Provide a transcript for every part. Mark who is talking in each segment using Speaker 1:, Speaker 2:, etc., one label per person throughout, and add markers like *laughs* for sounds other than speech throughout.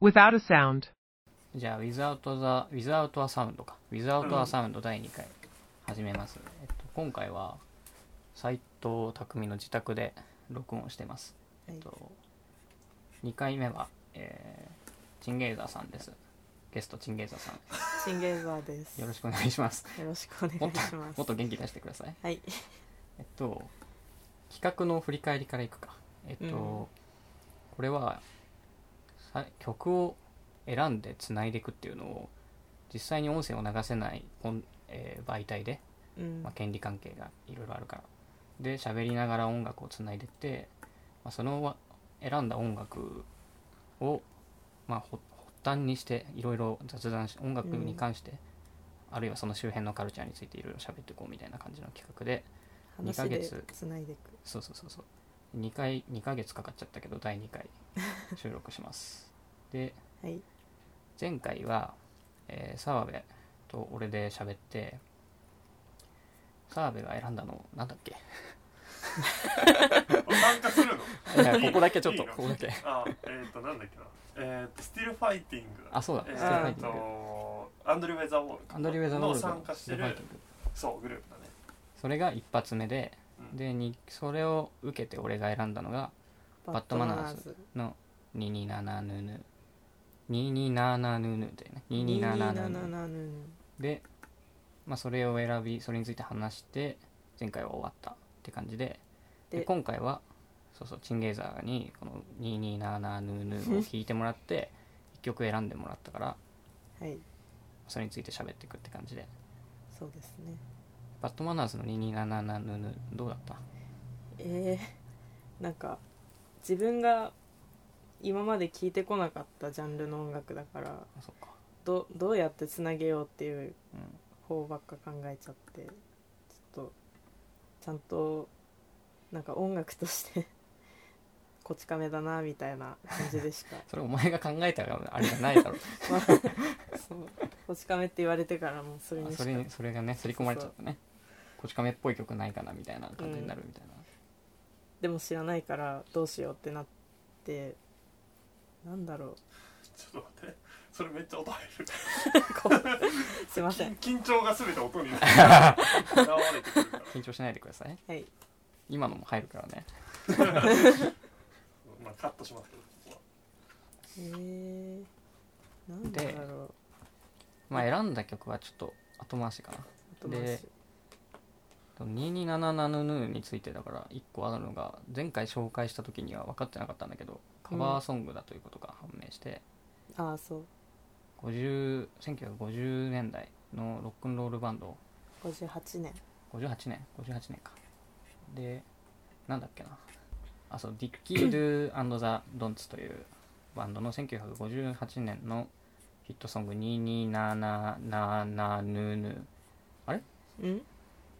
Speaker 1: without a sound,
Speaker 2: じゃあ、Without the, Without a Sound か。Without a Sound 第2回、始めます。えっと、今回は、斎藤匠の自宅で録音してます。えっと、2回目は、えー、チンゲイザーさんです。ゲスト、チンゲイザーさん。
Speaker 3: シンゲーザーです。
Speaker 2: よ
Speaker 3: よ
Speaker 2: ろしくお願いします。
Speaker 3: ろしくお願
Speaker 2: もっ
Speaker 3: い
Speaker 2: と
Speaker 3: しま、す
Speaker 2: もっ。と元気出してください。
Speaker 3: はい。
Speaker 2: えっと、企画の振り返りからいくか。えっと、
Speaker 3: うん
Speaker 2: これは、さ曲を選んでつないでいくっていうのを、実際に音声を流せないポン、えー媒体で、
Speaker 3: うん
Speaker 2: まあ、権利関係がいろいろあるから。で、喋りながら音楽をつないでって、まあ、そのわ選んだ音楽を、まあ、ほ発端にして、いろいろ雑談し、音楽に関して、あるいはその周辺のカルチャーについていろいろ喋っていこうみたいな感じの企画で、二ヶ
Speaker 3: 話で
Speaker 2: 月
Speaker 3: つないでいく。
Speaker 2: そうそうそうそう2回2ヶ月かかっちゃったけど第2回収録しますで
Speaker 3: はい。
Speaker 2: 前回は、えー澤部と俺で喋って澤部が選んだのなんだっけ
Speaker 4: 参加するの *laughs*
Speaker 2: いやここだけちょっと
Speaker 4: いいの
Speaker 2: ここだけ
Speaker 4: あえっ、ー、となんだっけなえっ、ー、とスティルファイティング
Speaker 2: あそうだ
Speaker 4: え
Speaker 2: ステルファイ
Speaker 4: ー
Speaker 2: ティング
Speaker 4: とアンドリュー・ウェザーウォールか
Speaker 2: アンドリュー・ウェザーウォール
Speaker 4: の参
Speaker 2: の
Speaker 4: 加
Speaker 2: ス
Speaker 4: し
Speaker 2: テ
Speaker 4: て
Speaker 2: ルファイ
Speaker 4: る
Speaker 2: ティング
Speaker 4: そうグループだね、
Speaker 2: それが一発目で
Speaker 4: うん、
Speaker 2: でにそれを受けて俺が選んだのがバッドマナーズ。の227ヌヌ227ヌヌだよね
Speaker 3: 二二七
Speaker 2: 227ヌヌ
Speaker 3: 七ヌ
Speaker 2: で、まあ、それを選びそれについて話して前回は終わったって感じでで
Speaker 3: で
Speaker 2: 今回はそうそうチンゲイザーにこの「227ヌーヌー」を弾いてもらって
Speaker 4: *laughs*
Speaker 2: 一曲選んでもらったから
Speaker 3: はい。
Speaker 2: それについて喋っていくって感じで
Speaker 3: そうですね。
Speaker 2: バッドマナーズの「227ヌーヌー」どうだった
Speaker 3: えー、なんか自分が今まで聞いてこなかったジャンルの音楽だから、
Speaker 2: あそっか
Speaker 3: どどうやってつなげようっていう
Speaker 2: うん
Speaker 3: 方ばっか考えちゃって、ちょっとちゃんとなんか音楽として *laughs* こち亀だなみたいな感じでしか
Speaker 2: それお前が考えたらあれじゃないだろ
Speaker 3: *laughs* まあそうこち亀って言われてからもうそれ
Speaker 2: あ
Speaker 3: にし
Speaker 2: そ
Speaker 3: か
Speaker 2: れにそれがね刷り込まれちゃったねこち亀っぽい曲ないかなみたいな感じになるみたいな、
Speaker 3: でも知らないからどうしようってなってなんだろ
Speaker 4: ちょっと待ってそれめっちゃ音入る
Speaker 3: うこうすいません
Speaker 4: 緊張がすべて
Speaker 2: *laughs*
Speaker 4: 音に現れてくるから
Speaker 2: 緊張しないでください
Speaker 3: はい
Speaker 2: 今のも入るからね
Speaker 4: まあカットしますけどこ
Speaker 3: えー、なんだろう
Speaker 2: まあ選んだ曲はちょっと後回しかな
Speaker 3: 後回し
Speaker 2: 2277についてだから1個あるのが前回紹介した時には分かってなかったんだけどカバーソングだということが判明して、
Speaker 3: ああそう
Speaker 2: 50 1950年代のロックンロールバンド
Speaker 3: 58年
Speaker 2: 58年58年かでなんだっけなあそうディッキー・ドゥ・ザ・ドンツというバンドの1958年のヒットソング2277ヌヌ
Speaker 3: うん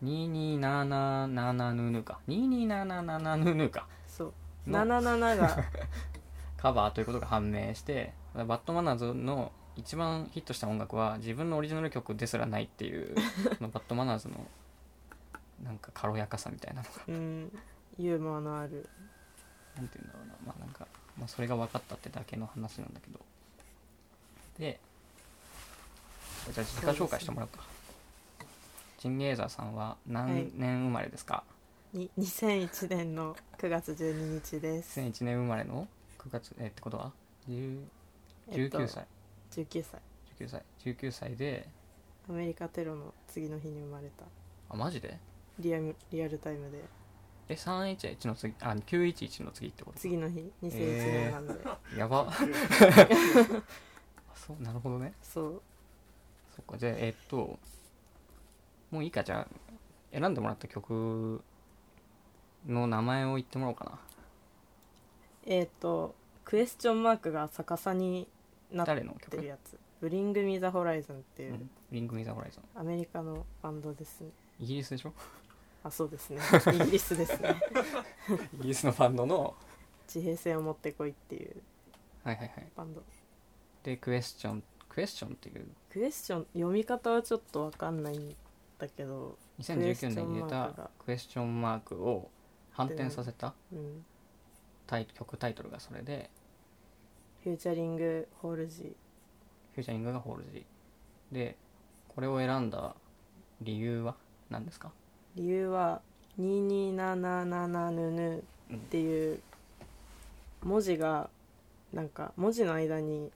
Speaker 2: 2277ヌヌか2277ヌヌか
Speaker 3: そう
Speaker 2: の
Speaker 3: 77が
Speaker 2: *laughs* カバーということが判明してバッドマナーズの一番ヒットした音楽は自分のオリジナル曲ですらないっていうこのバッドマナーズのなんか軽やかさみたいなのが
Speaker 3: うんユーモアのある
Speaker 2: なんて言うんだろうなまあなんか、まあ、それが分かったってだけの話なんだけどでじゃあ自己紹介してもらおうかチンゲーザーさんは何年生まれですか、
Speaker 3: に2001年の9月12日です、
Speaker 2: 2001年生まれの9月えってことは10
Speaker 3: えっと
Speaker 2: 19歳、
Speaker 3: 19歳
Speaker 2: 19歳19歳で
Speaker 3: アメリカテロの次の日に生まれた
Speaker 2: あマジで
Speaker 3: リアムリアルタイムで
Speaker 2: え311の次あ911の次ってこと
Speaker 3: 次の日2001
Speaker 2: えー
Speaker 3: 年なんで、
Speaker 2: や
Speaker 3: *laughs*
Speaker 2: ばそうなるほどね
Speaker 3: そう
Speaker 2: そっかじゃあえっともういいかじゃあ選んでもらった曲の名前を言ってもらおうかな
Speaker 3: えっ、とクエスチョンマークが逆さになって
Speaker 2: 誰の曲
Speaker 3: るやつ「ブリング・ミ・ザ・ホライズン」っていううん
Speaker 2: リング・ミザ・ホライゾン
Speaker 3: アメリカのバンドですね
Speaker 2: イギリスでしょ
Speaker 3: あそうですねイギリスです *laughs* ね
Speaker 2: イギリスのバンドの
Speaker 3: 地平線を持ってこいっていう
Speaker 2: はいはいはい
Speaker 3: バンド
Speaker 2: でクエスチョンクエスチョンっていう
Speaker 3: クエスチョン読み方はちょっとわかんないんだけど
Speaker 2: 2019年に出
Speaker 3: クエスチョンマーク
Speaker 2: た
Speaker 3: が
Speaker 2: クエスチョンマークを反転させた
Speaker 3: うん
Speaker 2: タイ曲タイトルがそれで
Speaker 3: フューチャリングホールジ
Speaker 2: フューチャリングがホールジーでこれを選んだ理由は何ですか
Speaker 3: 理由は22777ヌヌっていう文字がなんか文字の間に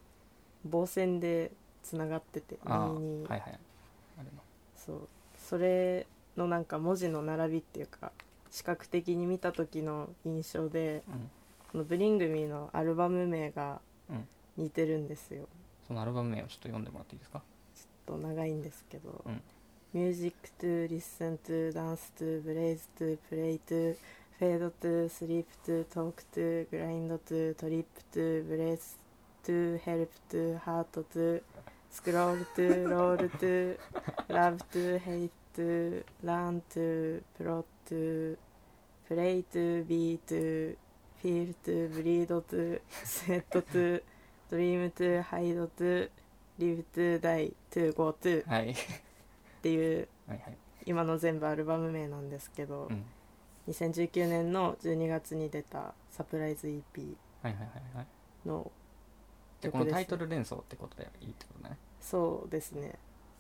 Speaker 3: 棒線でつながってて
Speaker 2: ああはい
Speaker 3: 22
Speaker 2: はいあれの
Speaker 3: そうそれのなんか文字の並びっていうか視覚的に見た時の印象で
Speaker 2: うん
Speaker 3: このブリングミーのアルバム名が
Speaker 2: うん
Speaker 3: 似てるんですよ
Speaker 2: そのアルバム名をちょっと読んでもらっていいですか
Speaker 3: ちょっと長いんですけど
Speaker 2: うん
Speaker 3: 「Music to listen to dance to blaze to play to fade to sleep to talk to grind to trip to brace to help to heart to scroll to roll to love to hate to learn to plot to play to be to feel to breed to set to dream to hide to live to die to go to
Speaker 2: *laughs* はい
Speaker 3: っていう
Speaker 2: はいはい
Speaker 3: 今の全部アルバム名なんですけど、
Speaker 2: うん
Speaker 3: 2019年の12月に出たサプライズ EP
Speaker 2: はいはいはいはい
Speaker 3: の
Speaker 2: でこのタイトル連想ってことでいいってことだね
Speaker 3: そうですね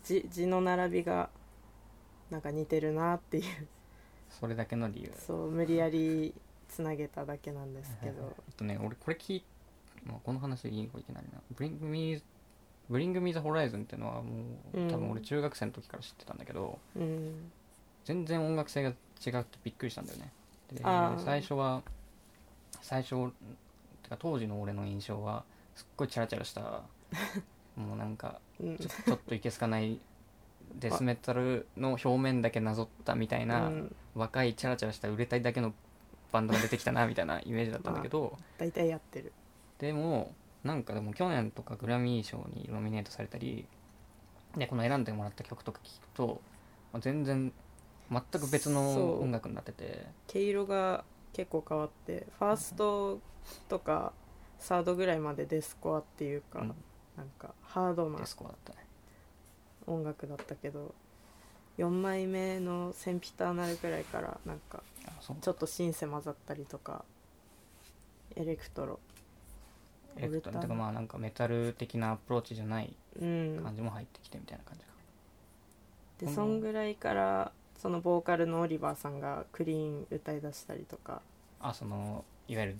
Speaker 3: 字字の並びがなんか似てるなっ
Speaker 2: *laughs*
Speaker 3: ていう
Speaker 2: それだけの理由
Speaker 3: そう無理やりつなげただけなんです
Speaker 2: *laughs*
Speaker 3: け
Speaker 2: はいはいはい
Speaker 3: ど
Speaker 2: えっとね俺これ聞いまあこの話いいこいけないな「Bring Me, Bring Me the Horizon」っていうのはもう、
Speaker 3: うん
Speaker 2: 多分俺中学生の時から知ってたんだけど
Speaker 3: うん
Speaker 2: 全然音楽性が違ってびっくりしたんだよねで
Speaker 3: あー
Speaker 2: 最初は最初てか当時の俺の印象はすっごいチャラチャラした *laughs* もうなんか
Speaker 3: うん
Speaker 2: ちょちょっといけすかないデスメタルの表面だけなぞったみたいな、
Speaker 3: うん
Speaker 2: 若いチャラチャラした売れたいだけのバンドが出てきたなみたいなイメージだったんだけど、
Speaker 3: 大体やってる
Speaker 2: でもなんかでも去年とかグラミー賞にノミネートされたりでこの選んでもらった曲とか聴くと、まあ全然全く別
Speaker 3: そ
Speaker 2: の
Speaker 3: う
Speaker 2: 音楽になってて
Speaker 3: 毛色が結構変わってファーストとかサードぐらいまでデスコアっていうか、
Speaker 2: うん
Speaker 3: なんかハードな
Speaker 2: デスコアだったね
Speaker 3: 音楽だったけど4枚目の「センピターナル」くらいからなんか
Speaker 2: あそう
Speaker 3: ちょっとシンセ混ざったりとかエレクトロ
Speaker 2: エレクトロンとかまあなんかメタル的なアプローチじゃない
Speaker 3: うん
Speaker 2: 感じも入ってきてみたいな感じか、
Speaker 3: で
Speaker 2: この
Speaker 3: そんぐらいからそのボーカルのオリバーさんがクリーン歌いだしたりとか、
Speaker 2: あそのいわゆる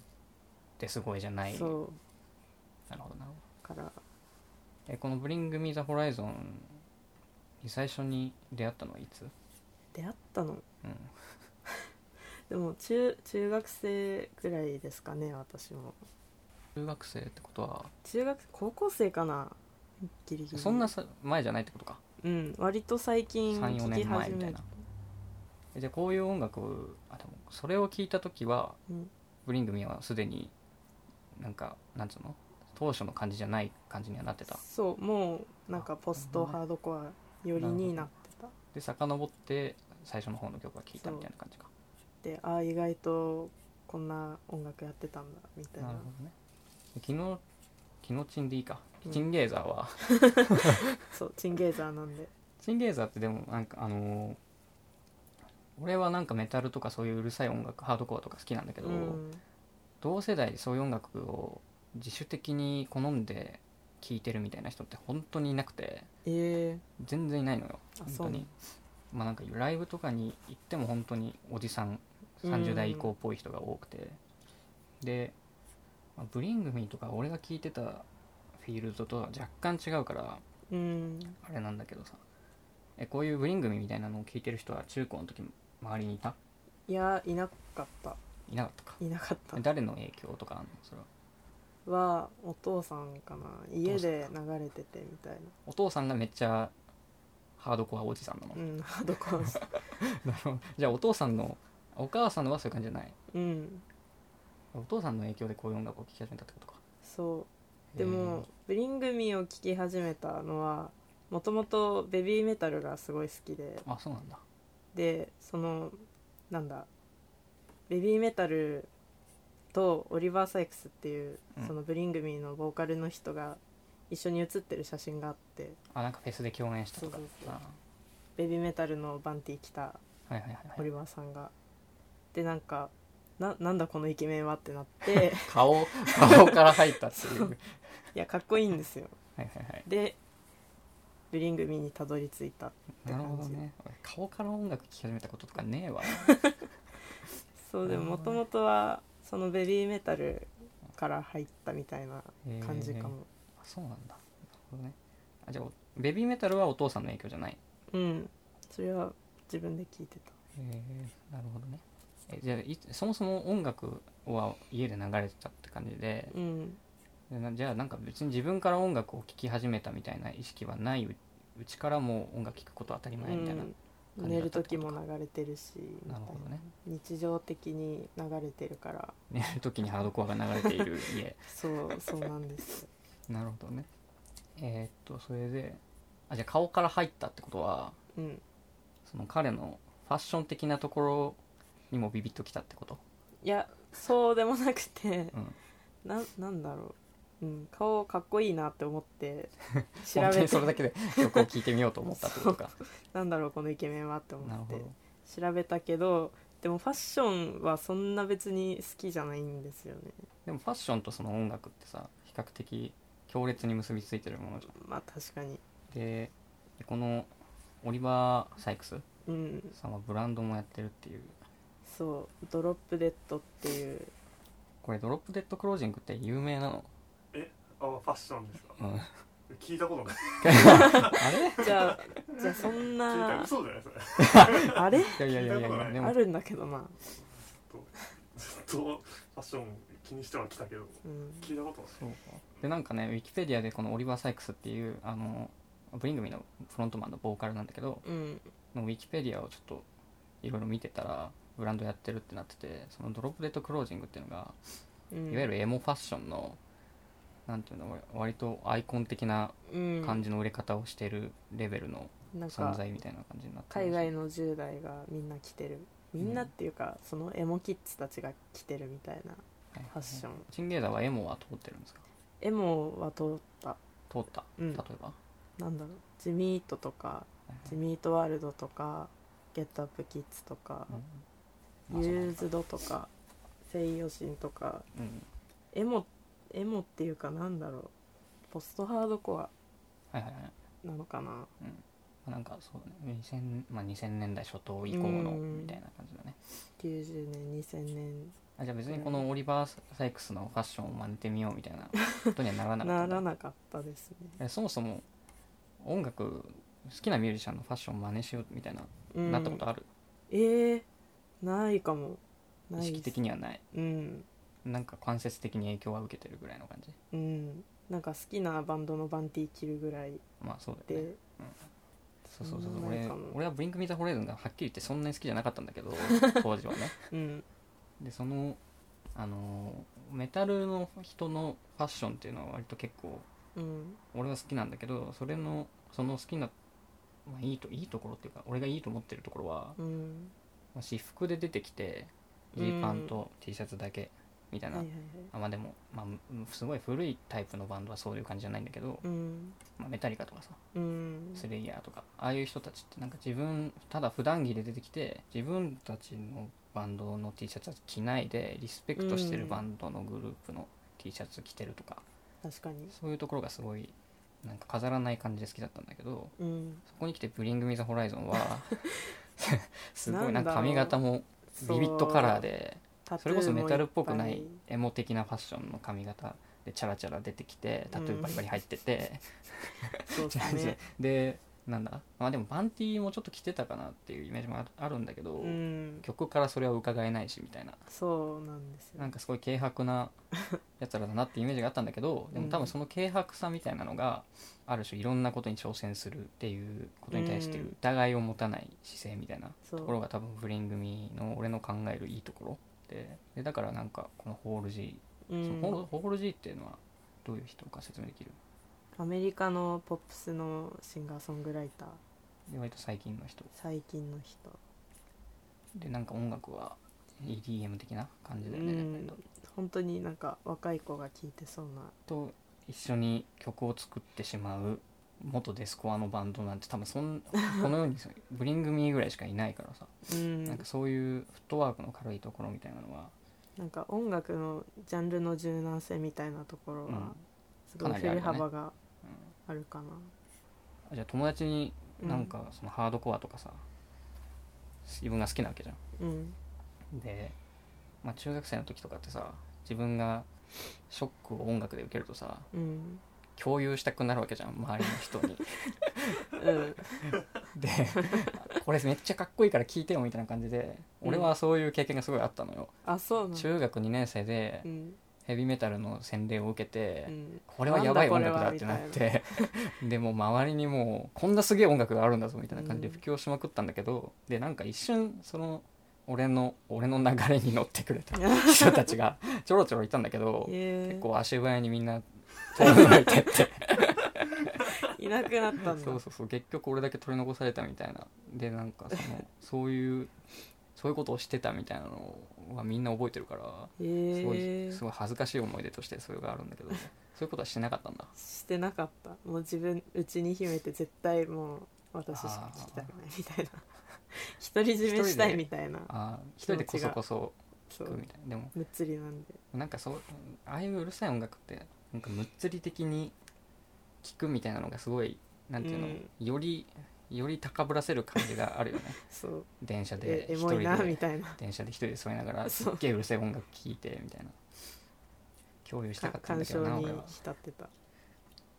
Speaker 2: デス声じゃないなるほ
Speaker 3: そう
Speaker 2: どなるほど
Speaker 3: から
Speaker 2: えこの「Bring Me the Horizon」に最初に出会ったのはいつ、
Speaker 3: 出会った
Speaker 2: う
Speaker 3: の
Speaker 2: ん、
Speaker 3: でも中中学生ぐらいですかね私も
Speaker 2: 中学生ってことは
Speaker 3: 中学高校生かなギリギリ
Speaker 2: そんなさ前じゃないってことか
Speaker 3: うん割と最近
Speaker 2: 34
Speaker 3: 聞き
Speaker 2: 年前
Speaker 3: 始
Speaker 2: みた
Speaker 3: め
Speaker 2: い
Speaker 3: た
Speaker 2: なえじゃあこういう音楽をあでもそれを聞いた時は
Speaker 3: うん
Speaker 2: 「ブリングミはすでになんかなんつうの当初の感じじゃない感じにはなってた
Speaker 3: そうもうなんかポスト
Speaker 2: なるほどね
Speaker 3: ハードコアよりになってた
Speaker 2: で遡って最初の方の曲が聴いたみたいな感じか
Speaker 3: でああ意外とこんな音楽やってたんだみたいな
Speaker 2: なるほどねで昨日昨日チンでいいか、
Speaker 3: うん
Speaker 2: チンゲーザーは
Speaker 3: そうチンゲーザーなんで
Speaker 2: チンゲーザーってでもなんかあのー俺はなんかメタルとかそういううるさい音楽ハードコアとか好きなんだけど、
Speaker 3: うん
Speaker 2: 同世代でそういう音楽を自主的に好んで聴いてるみたいな人って本当にいなくて
Speaker 3: え
Speaker 2: 全然いないのよ
Speaker 3: あ
Speaker 2: 本
Speaker 3: そ
Speaker 2: 当
Speaker 3: う
Speaker 2: にまあなんかライブとかに行っても本当におじさん30代以降っぽい人が多くて、で、まあ、ブリングミーとか俺が聴いてたフィールドとは若干違うから
Speaker 3: ーうん
Speaker 2: あれなんだけどさえこういうブリングミーみたいなのを聴いてる人は中高の時周りにいた
Speaker 3: いやいなかった
Speaker 2: いなかったか
Speaker 3: いなかっ
Speaker 2: え
Speaker 3: た
Speaker 2: 誰の影響とかあんのそれは
Speaker 3: はお父さんかな家で流れててみたい
Speaker 2: お父さんがめっちゃハードコアおじさんなの、
Speaker 3: なうんハードコア *laughs* し
Speaker 2: なるほど *laughs* じゃあお父さんのお母さんのはそういう感じじゃない
Speaker 3: うん
Speaker 2: お父さんの影響でこういう音楽を聴き始めたってことか
Speaker 3: そうでも「ブリング・ミー」を聴き始めたのはもともとベビーメタルがすごい好きで
Speaker 2: へーあそうなんだ
Speaker 3: でそのなんだベビーメタルとオリバー・サイクスっていう、
Speaker 2: うん
Speaker 3: そのブリング・ミーのボーカルの人が一緒に写ってる写真があって
Speaker 2: あなんかフェスで共演したとか
Speaker 3: そうそうそう
Speaker 2: あ
Speaker 3: ベビーメタルのバンティー来た
Speaker 2: ーはいはいはいは
Speaker 3: オ
Speaker 2: い
Speaker 3: リバーさんが。でなんかななんだこのイケメンはってなって
Speaker 2: *laughs* 顔顔から入ったっていうはい
Speaker 3: いやかっこいいんですよ
Speaker 2: はいはい
Speaker 3: でブリングミーにたどり着いた
Speaker 2: なるほどね俺顔から音楽聴き始めたこととかねえわ
Speaker 3: そうでも
Speaker 2: あー
Speaker 3: もともとはそのベビーメタルから入ったみたいな感じか
Speaker 2: へえ
Speaker 3: も、
Speaker 2: あそうなんだなるほどねあじゃあおベビーメタルはお父さんの影響じゃない
Speaker 3: うんそれは自分で聞いてた
Speaker 2: へえなるほどねえじゃあいそもそも音楽は家で流れてたって感じで
Speaker 3: うん
Speaker 2: でなじゃあなんか別に自分から音楽を聴き始めたみたいな意識はないううちからもう音楽聴くことは当たり前みたいな、
Speaker 3: うん、寝る時も流れてるし
Speaker 2: なるほどね
Speaker 3: みたいな日常的に流れてるから
Speaker 2: 寝る時にハードコアが流れている家
Speaker 3: そうそうなんです
Speaker 2: *laughs* なるほどねえーっとそれであじゃあ顔から入ったってことは
Speaker 3: うん
Speaker 2: その彼のファッション的なところにもビビッときたってこと
Speaker 3: いやそうでもなくて
Speaker 2: うん
Speaker 3: ななんだろう、うん、顔かっこいいなって思って
Speaker 2: *laughs*
Speaker 3: 調
Speaker 2: 本当
Speaker 3: べ
Speaker 2: にそれ
Speaker 3: て
Speaker 2: だけで曲を聴いてみようと思ったってことか
Speaker 3: なんだろうこのイケメンはって思
Speaker 2: なる
Speaker 3: っ
Speaker 2: ほ
Speaker 3: て
Speaker 2: ど
Speaker 3: 調べたけどでもファッションはそんな別に好きじゃないんですよね
Speaker 2: でもファッションとその音楽ってさ比較的強烈に結びついてるものじゃ
Speaker 3: まあ確かに
Speaker 2: んででこのオリバー・サイクス
Speaker 3: うん
Speaker 2: さんはブランドもやってるっていう
Speaker 3: そうドロップデッドっていう
Speaker 2: これドロップデッドクロージングって有名なの、
Speaker 4: あ、ファッションですか。
Speaker 2: *laughs* うんあ
Speaker 4: 聞いたことない。
Speaker 2: れ
Speaker 3: じゃあじゃあそん
Speaker 4: 聞いた。
Speaker 3: な
Speaker 4: 嘘じゃないそれ。
Speaker 3: あれ
Speaker 2: いやいやいやい
Speaker 4: 聞いたこと
Speaker 2: や
Speaker 4: ない
Speaker 2: で
Speaker 3: あ
Speaker 2: も
Speaker 3: るんだけどな、
Speaker 4: ずっとファッション気にしてはきたけど、
Speaker 3: うん、
Speaker 4: 聞いたことない。
Speaker 2: そうかでなんかねウィキペディアでこのオリバー・サイクスっていうあのブリングミーのフロントマンのボーカルなんだけど
Speaker 3: うん
Speaker 2: のウィキペディアをちょっといろいろ見てたらブランドやってるってなっててそのドロップデッドクロージングっていうのが
Speaker 3: うん
Speaker 2: いわゆるエモファッションのなんていうの割とアイコン的な感じの売れ方をしてるレベルの
Speaker 3: うん、なん
Speaker 2: 存
Speaker 3: か
Speaker 2: 在みたいな感じになってる
Speaker 3: 海外の10代がみんな着てるみんなっていうか、そのエモキッズたちが着てるみたいな
Speaker 2: はい
Speaker 3: ファッション
Speaker 2: チンゲーザはエモは通ってるんですか
Speaker 3: エモは通った
Speaker 2: 通った、
Speaker 3: うん
Speaker 2: 例えば、
Speaker 3: なんだろうジミートとかジミートワールドとかゲットアップキッズとか、
Speaker 2: うんまあそ
Speaker 3: ユ
Speaker 2: うなん
Speaker 3: ーズドとかセイヨシンとか
Speaker 2: うん
Speaker 3: エモエモっていうかなんだろうポストハードコア
Speaker 2: はいはいはい、ま
Speaker 3: なのかな
Speaker 2: あ、なんかそうね2000,、まあ、2000年代初頭以降の
Speaker 3: うん
Speaker 2: みたいな感じだね
Speaker 3: 90年2000年
Speaker 2: あじゃあ別にこのオリバー・サイクスのファッションを真似てみようみた
Speaker 3: *laughs*
Speaker 2: いなことにはならなか
Speaker 3: な
Speaker 2: った
Speaker 3: らなかったですね
Speaker 2: えそもそも音楽好きなミュージシャンのファッションを真似しようみたいな、
Speaker 3: うん
Speaker 2: なったことある
Speaker 3: えー、ないかも
Speaker 2: 意
Speaker 3: ないです
Speaker 2: 識的にはない
Speaker 3: うん
Speaker 2: なんか間接的に影響は受けてるぐらいの感じ
Speaker 3: うんなんか好きなバンドのバンティー着るぐらい
Speaker 2: まあそうだ
Speaker 3: で、
Speaker 2: よねそうそうそう
Speaker 3: そんなない
Speaker 2: 俺
Speaker 3: かも
Speaker 2: 俺はブリンク・ミーザ・ホレイズンがはっきり言ってそんなに好きじゃなかったんだけ
Speaker 3: *laughs*
Speaker 2: ど当時はね
Speaker 3: うん
Speaker 2: でそのあのーメタルの人のファッションっていうのは割と結構
Speaker 3: うん
Speaker 2: 俺は好きなんだけどそれのその好きな、まあ、いいといいところっていうか俺がいいと思ってるところは、
Speaker 3: うん
Speaker 2: *laughs* まあ私服で出てきて
Speaker 3: うん
Speaker 2: ジーパンと T シャツだけみたい
Speaker 3: は
Speaker 2: な、
Speaker 3: いはいはい
Speaker 2: あまあでも、まあ、むすごい古いタイプのバンドはそういう感じじゃないんだけど、
Speaker 3: うん
Speaker 2: まあ、メタリカとかさ
Speaker 3: うん
Speaker 2: スレイヤーとかああいう人たちってなんか自分ただ普段着で出てきて自分たちのバンドの T シャツは着ないでリスペクトしてるバンドのグループの T シャツ着てるとか、
Speaker 3: 確かに
Speaker 2: そういうところがすごいなんか飾らない感じで好きだったんだけど
Speaker 3: うん
Speaker 2: そこに来て「ブリング・ミザ・ホライゾンは」
Speaker 3: *laughs*
Speaker 2: すごい
Speaker 3: な
Speaker 2: なんんか
Speaker 3: だろう
Speaker 2: 髪型もビビットカラーで
Speaker 3: タ
Speaker 2: そ
Speaker 3: トゥ
Speaker 2: れ
Speaker 3: ー
Speaker 2: こ
Speaker 3: もいぱ
Speaker 2: そメタルっぽくないエモ的なファッションの髪型でチャラチャラ出てきてタトゥーバリバリ入ってて。
Speaker 3: そう
Speaker 2: *laughs*
Speaker 3: で
Speaker 2: じゃ
Speaker 3: す
Speaker 2: あじゃあ
Speaker 3: ね
Speaker 2: でなんだまあでもバンティーもちょっと着てたかなっていうイメージもあるあるんだけど、
Speaker 3: うん
Speaker 2: 曲からそれは伺えないしみたいな
Speaker 3: そうなんですよ
Speaker 2: なんかすごい軽薄な
Speaker 3: *laughs*
Speaker 2: やつらだなってイメージがあったんだけどでも多分その軽薄さみたいなのがある種いろんなことに挑戦するっていうことに対して
Speaker 3: うん
Speaker 2: 疑いを持たない姿勢みたいな
Speaker 3: そう
Speaker 2: ところが多分不倫組の俺の考えるいいところででだからなんかこのホール G、
Speaker 3: う
Speaker 2: その
Speaker 3: ん
Speaker 2: ホールホール G っていうのはどういう人か説明できる
Speaker 3: アメリカのポップスのシンガーソングライター
Speaker 2: で割と最近の人
Speaker 3: 最近の人
Speaker 2: でなんか音楽は EDM 的な感じだよ
Speaker 3: う
Speaker 2: ね、
Speaker 3: ん本当になんか若い子が聴いてそうな
Speaker 2: と一緒に曲を作ってしまう元デスコアのバンドなんて多分そ
Speaker 3: *laughs*
Speaker 2: んこのようにブリングミーぐらいしかいないからさ、
Speaker 3: うん
Speaker 2: なんかそういうフットワークの軽いところみたいなのは
Speaker 3: なんか音楽のジャンルの柔軟性みたいなところ
Speaker 2: うん
Speaker 3: はすごい
Speaker 2: かなり
Speaker 3: 振
Speaker 2: ある
Speaker 3: り
Speaker 2: よね
Speaker 3: 幅があるかな
Speaker 2: じゃあ友達に
Speaker 3: うん
Speaker 2: なんかそのハードコアとかさ、自分が好きなわけじゃん
Speaker 3: うん
Speaker 2: で、まあ、中学生の時とかってさ自分がショックを音楽で受けるとさ
Speaker 3: うん
Speaker 2: 共有したくなるわけじゃん周りの人に
Speaker 3: *laughs* うん
Speaker 2: でこれめっちゃかっこいいから聞いてよみたいな感じで俺はそういう経験がすごいあったのよ、
Speaker 3: あそうなんだ
Speaker 2: 中学2年生で
Speaker 3: うん
Speaker 2: ヘビメタルの洗礼を受けて、
Speaker 3: うん
Speaker 2: これはやばい音楽だってな
Speaker 3: な
Speaker 2: っ
Speaker 3: んだこれ
Speaker 2: て *laughs* でもう周りにもうこんなすげえ音楽があるんだぞみたいな感じで
Speaker 3: うん
Speaker 2: 布教しまくったんだけど、でなんか一瞬その俺の俺の流れに乗ってくれ
Speaker 3: *laughs*
Speaker 2: た人たちがちょろちょろいたんだけど
Speaker 3: え
Speaker 2: 結
Speaker 3: ー
Speaker 2: 構足早にみんな遠のいてって
Speaker 3: *laughs* いなくなったんだ
Speaker 2: そうそうそう結局俺だけ取り残されたみたいなでなんかそのそういうそういうことをしてたみたいなのはみんな覚えてるから。
Speaker 3: え
Speaker 2: すごい
Speaker 3: ー
Speaker 2: すごい恥ずかしい思い出としてそれがあるんだ
Speaker 3: *laughs*
Speaker 2: けどそういうことはしてなかったんだ
Speaker 3: してなかったもう自分うちに秘めて絶対もう私しか聞きたくない
Speaker 2: *laughs*
Speaker 3: みたいな独り占めしたいみたいな
Speaker 2: あー一人でこそこそ
Speaker 3: そ
Speaker 2: 聞くみ
Speaker 3: う
Speaker 2: たいなでも
Speaker 3: むっつりなんで
Speaker 2: なんかそうああいううるさい音楽ってなんかむっつり的に聞くみたいなのがすごいなんていうの、
Speaker 3: うん
Speaker 2: よりより高ぶらせる感じがあ
Speaker 3: *laughs*
Speaker 2: るよね
Speaker 3: そう
Speaker 2: 電車で
Speaker 3: えエ
Speaker 2: 一
Speaker 3: モ
Speaker 2: 人
Speaker 3: いな
Speaker 2: で
Speaker 3: みたいな
Speaker 2: 電車で一人で座りながらす
Speaker 3: *laughs* そう
Speaker 2: っげえうるせえ音楽聴いてみたいな共有したかったん
Speaker 3: 感
Speaker 2: だけど
Speaker 3: 傷
Speaker 2: な
Speaker 3: に
Speaker 2: 俺は
Speaker 3: 浸ってた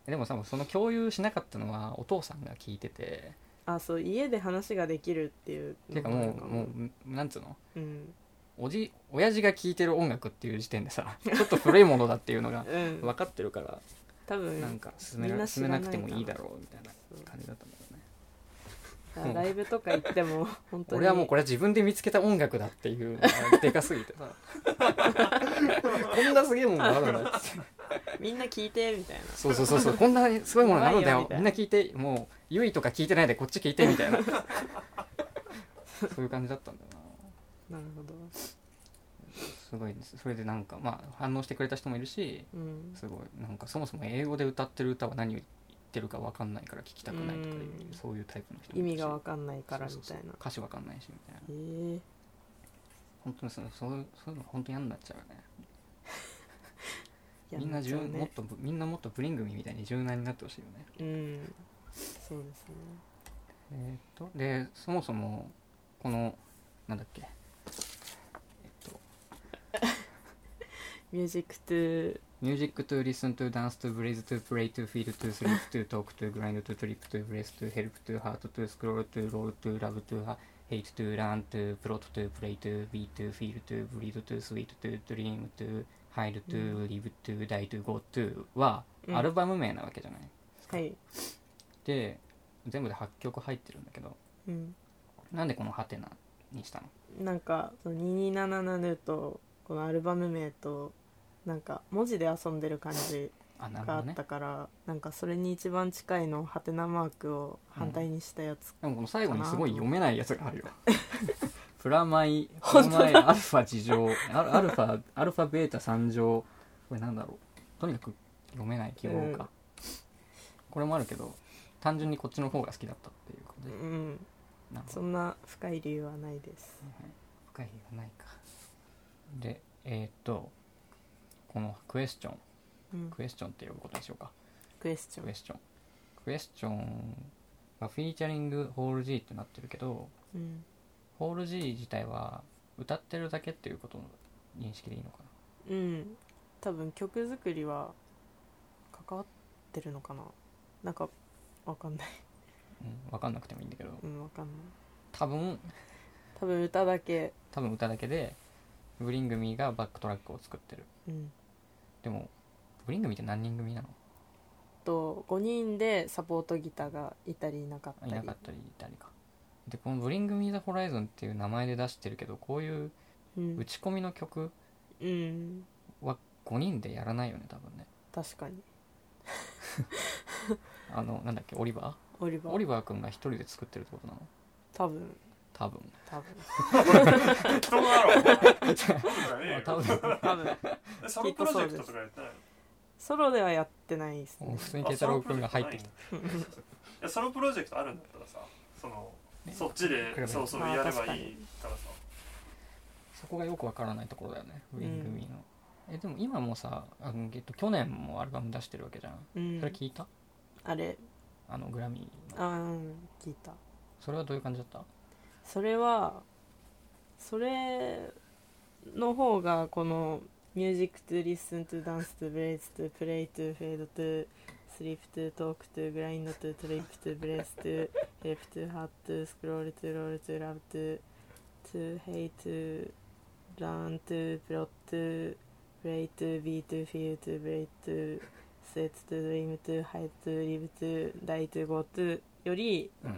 Speaker 2: でもさその共有しなかったのはお父さんが聞いてて
Speaker 3: あそう家で話ができるっていう
Speaker 2: てか
Speaker 3: があ
Speaker 2: も
Speaker 3: る
Speaker 2: う
Speaker 3: か
Speaker 2: もうなんつうの
Speaker 3: うん
Speaker 2: おじ親父が聴いてる音楽っていう時点でさちょっと古いものだっていうの
Speaker 3: *laughs*
Speaker 2: が
Speaker 3: うん
Speaker 2: 分かってるから
Speaker 3: 多分
Speaker 2: なんか進め
Speaker 3: みん
Speaker 2: ら
Speaker 3: な
Speaker 2: 進
Speaker 3: 知
Speaker 2: めな
Speaker 3: らな
Speaker 2: いく
Speaker 3: か
Speaker 2: て
Speaker 3: ら
Speaker 2: もいいだろうみたいな
Speaker 3: そう
Speaker 2: 感じだったんだよね
Speaker 3: だからライブとか行っ
Speaker 2: *laughs*
Speaker 3: ても本当に
Speaker 2: 俺はもうこれは自分で見つけた音楽だっていうの
Speaker 3: *laughs*
Speaker 2: がでかすぎてさ *laughs* こんなすげえものがあるんだっ
Speaker 3: *laughs*
Speaker 2: つって
Speaker 3: みんな聞いてみたいな
Speaker 2: そうそうそうそうこんなすごいものがあるんだ
Speaker 3: やばい
Speaker 2: よ
Speaker 3: よみ
Speaker 2: み
Speaker 3: たいなん
Speaker 2: な聞いてもうゆいとか聞いてないでこっち聞いてみたい
Speaker 3: *laughs*
Speaker 2: なそういう感じだったんだよな
Speaker 3: なるほど
Speaker 2: すごいですそれでなんかまあ反応してくれた人もいるし
Speaker 3: うん
Speaker 2: すごいなんかそもそも英語で歌ってる歌は何を言ってるか分かんないから聞きたくないとかいう
Speaker 3: うん
Speaker 2: そういうタイプの人もい
Speaker 3: 意
Speaker 2: るし
Speaker 3: 味がわかんないからみ
Speaker 2: そ
Speaker 3: た
Speaker 2: う
Speaker 3: い
Speaker 2: そうそう
Speaker 3: な
Speaker 2: 歌詞わかんないしみたいな
Speaker 3: えー
Speaker 2: 本当にそのそういうそういうの本当に嫌になっちゃうよね
Speaker 3: いや
Speaker 2: みんな
Speaker 3: っち
Speaker 2: 柔
Speaker 3: ゃう
Speaker 2: もっとぶみんなもっとブリングミーみたいに柔軟になってほしいよね
Speaker 3: うんそうですね
Speaker 2: えーっとでそもそもこのなんだっけえっと
Speaker 3: ミュージックトゥ
Speaker 2: ミュージック to listen to dance to breathe to play to feel to sleep to talk to grind to trip to brace to help to heart to scroll to roll to love to ha- hate to learn to plot to play to be to feel to breathe to sweet to dream to hide to live to die to go to は
Speaker 3: うん
Speaker 2: アルバム名なわけじゃない、
Speaker 3: はい、
Speaker 2: で全部で8曲入ってるんだけど
Speaker 3: うん、
Speaker 2: なんでこのハテナにしたの
Speaker 3: なんかその2277とこのアルバム名となんか文字で遊んでる感じ
Speaker 2: あなるほ
Speaker 3: があ
Speaker 2: ど
Speaker 3: っ
Speaker 2: ね
Speaker 3: たから、なんかそれに一番近いのハテナマークを反対にしたやつ、
Speaker 2: でもこの最後にすごい読めないやつがあるよ *laughs* プラマイプラ
Speaker 3: 本当
Speaker 2: マイアルファ事乗アルアルファアルファベータ3乗これなんだろうとにかく読めない記号か、
Speaker 3: うん
Speaker 2: これもあるけど単純にこっちの方が好きだったっていうこと
Speaker 3: う
Speaker 2: で、
Speaker 3: ん
Speaker 2: なんか
Speaker 3: そんな深い理由はないです
Speaker 2: 深い理由はないかでえー、っとこのクエスチョン
Speaker 3: うん
Speaker 2: クエスチョンって呼ぶことにしようか
Speaker 3: クエスチョ
Speaker 2: クエ
Speaker 3: ン、
Speaker 2: スチョンクエスチョンがフィーチャリングホール G ってなってるけど
Speaker 3: うん
Speaker 2: ホール G 自体は歌ってるだけっていうことの認識でいいのかな
Speaker 3: うん、多分曲作りは関わってるのかななんかわかんない
Speaker 2: うん、分かんなくてもいいんだけど
Speaker 3: うんわかんない
Speaker 2: 多分
Speaker 3: 多分歌だけ
Speaker 2: 多分歌だけでブリングミーがバックトラックを作ってる
Speaker 3: うん
Speaker 2: でもブリングミーって何人組なの
Speaker 3: と5人でサポートギターがいたりいなかった
Speaker 2: い
Speaker 3: り
Speaker 2: なかったりいたりかでこの「ブリングミーザホライゾンっていう名前で出してるけどこういう
Speaker 3: うん
Speaker 2: 打ち込みの曲
Speaker 3: うん
Speaker 2: は5人でやらないよね多分ね
Speaker 3: 確かに
Speaker 2: あのなんだっけオリバ
Speaker 3: オリ
Speaker 2: ー
Speaker 3: バー
Speaker 2: オリバー君が一人で作ってるってことなの
Speaker 3: 多分
Speaker 2: 多分
Speaker 3: 多分
Speaker 4: 人だ
Speaker 2: *laughs*
Speaker 4: ろう。
Speaker 2: まあ
Speaker 4: 多
Speaker 2: 多
Speaker 3: *laughs*
Speaker 4: 分じゃ
Speaker 2: *laughs*
Speaker 4: ね
Speaker 2: 分
Speaker 3: 多分
Speaker 4: えよ。サブプロジェクトとかやったの。
Speaker 3: ソロではやってないです
Speaker 2: もう
Speaker 3: ね
Speaker 2: 普通に慶太郎君が入ってきて
Speaker 4: た。ソロプロジェクトあるんだったらさ、その
Speaker 2: ね
Speaker 4: そっちでそうそう
Speaker 3: まあ
Speaker 4: やれ
Speaker 3: 確
Speaker 4: ば
Speaker 3: か
Speaker 4: い
Speaker 3: に
Speaker 4: いからさ。
Speaker 2: そこがよくわからないところだよねウィングミーの、えでも今もさあの、えっと、去年もアルバム出してるわけじゃん
Speaker 3: うん
Speaker 2: それ聞いた
Speaker 3: あれ
Speaker 2: あのグラミーの
Speaker 3: あーうん聞いた
Speaker 2: それはどういう感じだった
Speaker 3: それはそれの方がこの「Music to Listen to Dance to Blaze to Play to Fade to Sleep to Talk to Grind to Trip to Blaze to Help to Hard to Scroll to Roll to Love to To Hate to Run to Plot to Play to Be to Feel to Break to Set to Dream to Hide to Live to Die to Go to より
Speaker 2: う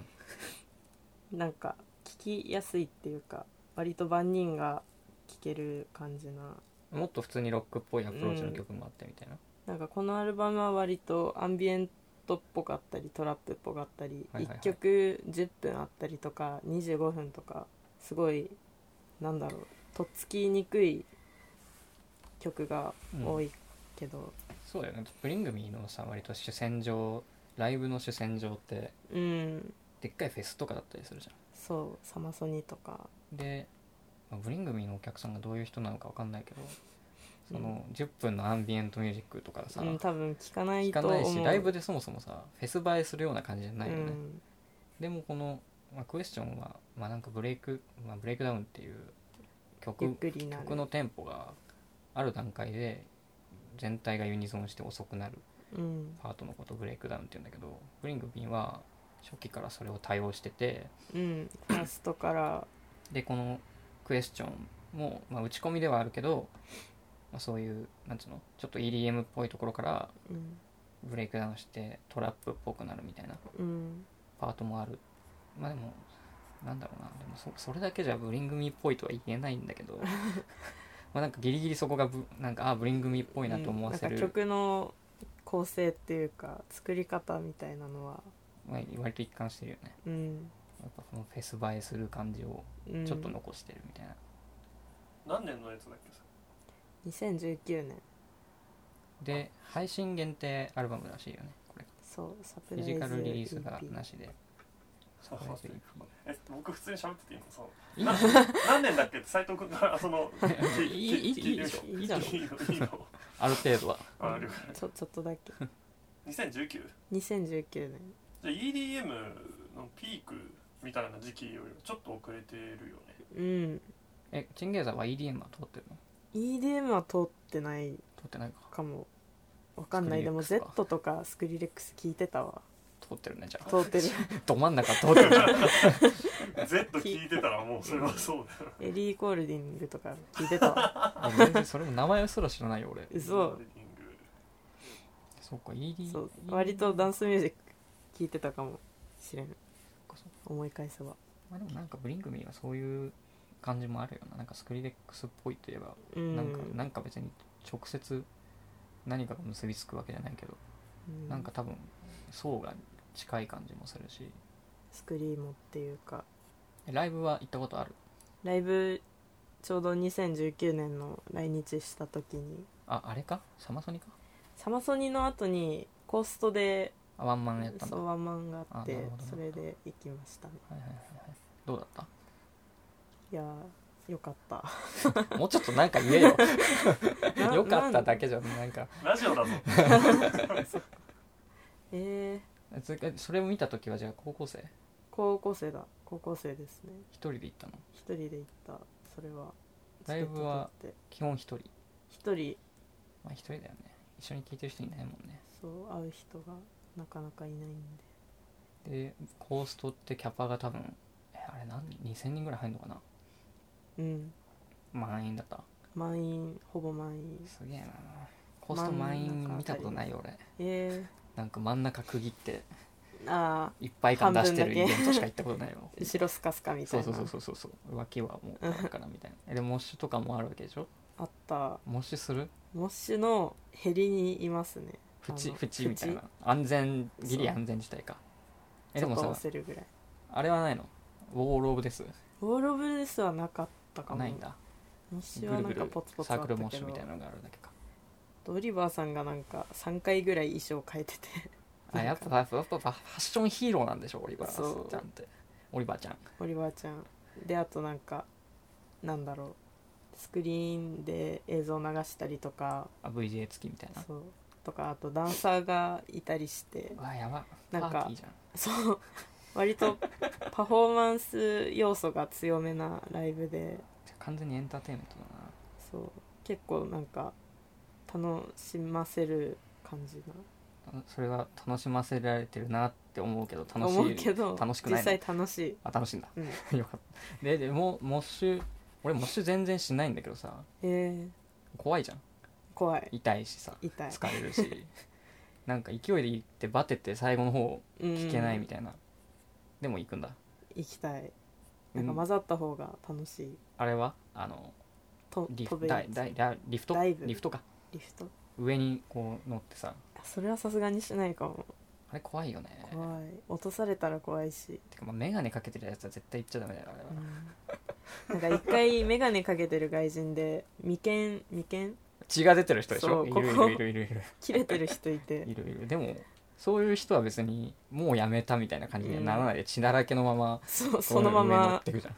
Speaker 2: ん
Speaker 3: なんか聞きやすいっていうか割と万人が聴ける感じな
Speaker 2: もっと普通にロックっぽいアプローチの曲もあってみたいな、
Speaker 3: なんかこのアルバムは割とアンビエントっぽかったりトラップっぽかったり、
Speaker 2: はいはいはい
Speaker 3: 1曲10分あったりとか25分とかすごいなんだろうとっつきにくい曲が
Speaker 2: うん
Speaker 3: 多いけど、
Speaker 2: そうだよねブリングミーのさ割と主戦場ライブの主戦場って
Speaker 3: うん、
Speaker 2: でっかいフェスとかだったりするじ
Speaker 3: そうサマソニとか
Speaker 2: ゃんで、まあブリングミーのお客さんがどういう人なのかわかんないけどそ
Speaker 3: うん
Speaker 2: の10分のアンビエントミュージックとかさ、
Speaker 3: うん多分聞かない
Speaker 2: 聞
Speaker 3: と
Speaker 2: か
Speaker 3: 思う
Speaker 2: ないしライブでそもそもさフェス映えするような感じじゃないよね、
Speaker 3: うん
Speaker 2: でもこの、まあ、クエスチョンは、まあ、なんかブレイク、まあ、ブレイクダウンっていう
Speaker 3: ゆっ
Speaker 2: 曲
Speaker 3: くりなる
Speaker 2: 曲のテンポがある段階で全体がユニゾンして遅くなる
Speaker 3: うん
Speaker 2: パートのことをブレイクダウンって言うんだけどブリングビンは初期からそれを対応してて
Speaker 3: うんファーストから
Speaker 2: でこのクエスチョンも、まあ、打ち込みではあるけど、まあ、そういうなんつうのちょっと EDM っぽいところから
Speaker 3: うん
Speaker 2: ブレイクダウンしてトラップっぽくなるみたいな
Speaker 3: うん
Speaker 2: パートもあるまあでもなんだろうなでもそそれだけじゃブリングミーっぽいとは言えないんだけ
Speaker 3: *laughs*
Speaker 2: どまあなんかギリギリそこがブなんかあブリングミーっぽいなと思わせ
Speaker 3: うん
Speaker 2: る、
Speaker 3: なんか曲の構成っていうか作り方みたいなのは、
Speaker 2: まあ、割と一貫してるよね
Speaker 3: うん
Speaker 2: やっぱこのフェス映えする感じを
Speaker 3: うん、
Speaker 2: ちょっと残してるみたいな、
Speaker 4: 何年のやつだっけさ
Speaker 3: 2019年
Speaker 2: で配信限定アルバムらしいよねこれ
Speaker 3: そうサプ
Speaker 2: フ
Speaker 3: ラ
Speaker 2: ィ
Speaker 3: イズ
Speaker 2: ジカルリリースが
Speaker 3: EP
Speaker 2: なしでサプライズ EP
Speaker 4: え僕普通に喋ってていいのその
Speaker 2: いい
Speaker 4: な何年だっけって斉藤君からその
Speaker 2: *laughs*
Speaker 4: 聞
Speaker 2: いいいい
Speaker 4: 聞
Speaker 2: いいでしょいいだろ
Speaker 4: いいのいい
Speaker 2: *laughs*
Speaker 4: の
Speaker 2: ある程度は
Speaker 4: あ了
Speaker 3: ちょちょっとだけ
Speaker 4: 解2019じ
Speaker 3: 2019年
Speaker 4: ゃあ EDM のピークみたいな時期よりはちょっと遅れてるよね
Speaker 3: うん
Speaker 2: えチンゲーザーは EDM は通ってるの
Speaker 3: EDM は通ってない
Speaker 2: 通ってないか
Speaker 3: かもわかんないでも
Speaker 2: スクリレックス
Speaker 3: Z とかスクリレックス聞いてたわ
Speaker 2: 通ってるねじゃあ
Speaker 3: 通ってる
Speaker 2: ど真ん中通ってる
Speaker 3: *laughs*
Speaker 2: *laughs*
Speaker 4: Z 聞いてたらもうそれはそうだよ
Speaker 3: エリー・コールディングとか聞いて
Speaker 2: *laughs*
Speaker 3: たわ
Speaker 2: あ全然それも名前すら知らないよ俺
Speaker 3: 嘘
Speaker 4: リーディング
Speaker 2: そうか ED
Speaker 3: そう割とダン
Speaker 2: ス
Speaker 3: スミュージック聞いてたかもしれん思い返せば
Speaker 2: まあでもなんかブリングミーはそういう感じもあるよななんかスクリレックスっぽいといえば、
Speaker 3: うん
Speaker 2: なんかなんか別に直接何かが結びつくわけじゃないけど、
Speaker 3: うん
Speaker 2: なんか多分層が近い感じもするし
Speaker 3: スクリームっていうか
Speaker 2: えライブは行ったことある
Speaker 3: ライブちょうど2019年の来日した時に
Speaker 2: ああれかサマソニか
Speaker 3: サマソニの後にコーストで
Speaker 2: あワンマンやったんだ
Speaker 3: そう
Speaker 2: は
Speaker 3: ワンマンがあっ
Speaker 2: あな
Speaker 3: て
Speaker 2: るほど
Speaker 3: それで行きましたね
Speaker 2: いはいはいはいどうだっ
Speaker 3: いやーよかった
Speaker 2: *laughs* たもうちょっとなんか言え
Speaker 3: *laughs*
Speaker 2: よ
Speaker 3: な
Speaker 2: よかった
Speaker 3: なん
Speaker 2: だけじゃなんか
Speaker 4: ラジオだぞ
Speaker 3: えー、
Speaker 2: それそれを見た時はじゃあ高校生
Speaker 3: 高校生だ高校生ですね
Speaker 2: 一人で行ったの
Speaker 3: 一人で行ったそれは
Speaker 2: ライブは
Speaker 3: チケッ
Speaker 2: 基本一人
Speaker 3: ト取って一人
Speaker 2: まあ一人だよね一緒に聴いてる人いないもんね
Speaker 3: そう会う人がなかなかいないんで
Speaker 2: でコーストってキャパが多分えあれ何2000人ぐらい入るのかな
Speaker 3: うん
Speaker 2: 満員だった
Speaker 3: 満員ほぼ満員
Speaker 2: すげえなコースト満
Speaker 3: 真ん中あた
Speaker 2: 員
Speaker 3: り
Speaker 2: 見たことないよ俺
Speaker 3: え
Speaker 2: なんか真ん中区切って
Speaker 3: ー、ああ
Speaker 2: いっぱい感出してるイ
Speaker 3: 半分
Speaker 2: ベ
Speaker 3: だけ
Speaker 2: ントしか行ったことないよ
Speaker 3: *laughs* 後ろスカスカみた
Speaker 2: そ
Speaker 3: いうな
Speaker 2: そうそうそうそう脇はもうあるからみたいなえでモッシュとかもあるわけでしょ
Speaker 3: あった
Speaker 2: モッシュする
Speaker 3: モッシュのヘリにいますねあ
Speaker 2: 縁
Speaker 3: の
Speaker 2: 縁みたいな安全ギリ安全地帯かえでも
Speaker 3: ちょっと
Speaker 2: さ
Speaker 3: 押せるぐらい
Speaker 2: あれはないのウォール・オブ・デス
Speaker 3: ウォール・オブ・デスはなかったかも
Speaker 2: ないんだ
Speaker 3: モッシ
Speaker 2: ぐ
Speaker 3: ュは
Speaker 2: る
Speaker 3: な
Speaker 2: ぐ
Speaker 3: んか
Speaker 2: る
Speaker 3: ポツポツ
Speaker 2: サ
Speaker 3: あ
Speaker 2: ー
Speaker 3: った
Speaker 2: ク
Speaker 3: け
Speaker 2: ル
Speaker 3: ど
Speaker 2: モッシュみたいなのがあるだけか
Speaker 3: ドリバーさんがなんか3回ぐらい衣装変えて *laughs* て
Speaker 2: あやっぱやっぱやっぱファッションヒーローなんでしょオリバ
Speaker 3: そ
Speaker 2: ー
Speaker 3: う
Speaker 2: ちゃんってオリバーちゃん
Speaker 3: オリバーちゃんであとなんかなんだろうスクリーンで映像流したりとか
Speaker 2: あ VJ 付きみたいな
Speaker 3: そうとかあとダンサーがいたりして
Speaker 2: うわやば
Speaker 3: なんか
Speaker 2: パーティーじゃん
Speaker 3: そう割とパフォーマンス要素が強めなライブで
Speaker 2: じゃあ完全にエンターテインメントだな
Speaker 3: そう結構なんか楽しませる感じ
Speaker 2: あそれは楽しませられてるなって思うけど
Speaker 3: な
Speaker 2: 楽しい
Speaker 3: 思うけど
Speaker 2: 楽しくない
Speaker 3: 実
Speaker 2: の
Speaker 3: 際楽しい、
Speaker 2: あ楽しいんだ
Speaker 3: う
Speaker 2: *laughs*
Speaker 3: ん、
Speaker 2: よかったででもモッシュ俺モッシュ全然しないんだけどさ
Speaker 3: えー、
Speaker 2: 怖いじゃん
Speaker 3: 怖い
Speaker 2: 痛いしさ
Speaker 3: 痛い
Speaker 2: 疲れる
Speaker 3: *laughs*
Speaker 2: しなんか勢いで行ってバテて最後の方聞けないみ
Speaker 3: い
Speaker 2: たいな、でも行くんだ
Speaker 3: 行きたい
Speaker 2: うん
Speaker 3: なんか混ざった方が楽しい
Speaker 2: あれはあの
Speaker 3: と
Speaker 2: リ
Speaker 3: 飛
Speaker 2: フ
Speaker 3: べる
Speaker 2: だ
Speaker 3: や
Speaker 2: い
Speaker 3: つ
Speaker 2: だいだリフト
Speaker 3: ダイブ
Speaker 2: リフトか
Speaker 3: リフト
Speaker 2: 上にこう乗ってさ
Speaker 3: あそれはさすがにしないかも
Speaker 2: あれ怖いよね
Speaker 3: 怖い落とされたら怖いし、
Speaker 2: てかまあ眼鏡かけてるやつは絶対行っちゃダメだよあれは、
Speaker 3: うん、なんか一回眼鏡かけてる外人で眉間眉間
Speaker 2: 血が出てる人でし
Speaker 3: そ
Speaker 2: ょ
Speaker 3: う
Speaker 2: い
Speaker 3: ここ
Speaker 2: るいるいるいるいる
Speaker 3: 切れてる人いて
Speaker 2: *laughs* いるいるでもそういう人は別にもうやめたみたいな感じにはならないで血だらけのまま
Speaker 3: そうそのま
Speaker 2: 上に乗っ
Speaker 3: ま
Speaker 2: てく
Speaker 3: *laughs*
Speaker 2: じゃん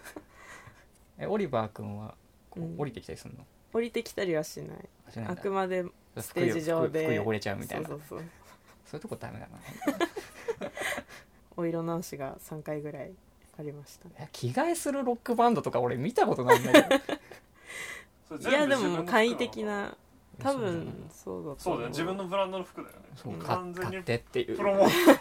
Speaker 2: えオリバー君はこう
Speaker 3: うん
Speaker 2: 降りてきたりするの、
Speaker 3: 降りてきたりはしない
Speaker 2: あしないん
Speaker 3: あ
Speaker 2: だ
Speaker 3: くまでステージ上で
Speaker 2: 服服服汚れちゃうみたいなそ
Speaker 3: そううそうそ
Speaker 2: い
Speaker 3: う
Speaker 2: うとこダメだな
Speaker 3: お色直しが3回ぐらいありましたね
Speaker 2: え着替えするロックバンドとか俺見たことないんだけど
Speaker 3: *laughs*
Speaker 4: それ
Speaker 3: い
Speaker 4: 全部
Speaker 3: やで
Speaker 4: 自分の
Speaker 3: も
Speaker 4: 服
Speaker 3: 簡易的
Speaker 4: の
Speaker 3: な多
Speaker 2: そうだよ
Speaker 3: 分
Speaker 2: ね
Speaker 3: そうだと
Speaker 4: そう
Speaker 3: 思
Speaker 4: だよ自分のブランドの服だよね
Speaker 2: そう
Speaker 3: うん
Speaker 2: か
Speaker 4: 完全
Speaker 2: 買
Speaker 4: に
Speaker 2: ってっていう
Speaker 4: プロモー *laughs*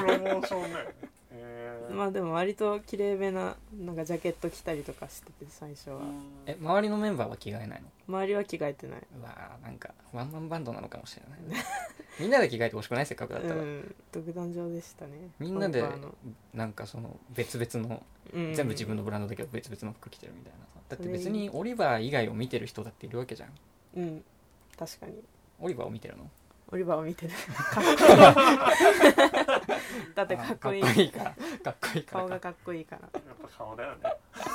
Speaker 4: プロモーションだよねへー
Speaker 3: まあでも割と綺麗めななんかジャケット着たりとかしてて最初は
Speaker 4: うん
Speaker 2: え周りのメンバーは着替えないの
Speaker 3: 周りは着替えてないう
Speaker 2: わーなんかワンマンバンドなのかもしれない *laughs* みんなで着替えてほしくないせっかくだった
Speaker 3: う
Speaker 2: ら、
Speaker 3: ん独壇場でしたね
Speaker 2: みんなで
Speaker 3: 本場の
Speaker 2: なんかその別々の
Speaker 3: うん
Speaker 2: 全部自分のブランドだけど別々の服着てるみたいなさだって別にオリバー以外を見てる人だっているわけじゃん
Speaker 3: うん確かに
Speaker 2: オリバーを見てるの
Speaker 3: オリバーを見
Speaker 2: *laughs*
Speaker 3: てる *laughs* かっこいいだってかっこいい
Speaker 2: あかっこいいから *laughs* かっこいいから
Speaker 3: 顔が
Speaker 2: か
Speaker 3: かっこいいから
Speaker 4: やっぱ顔だよね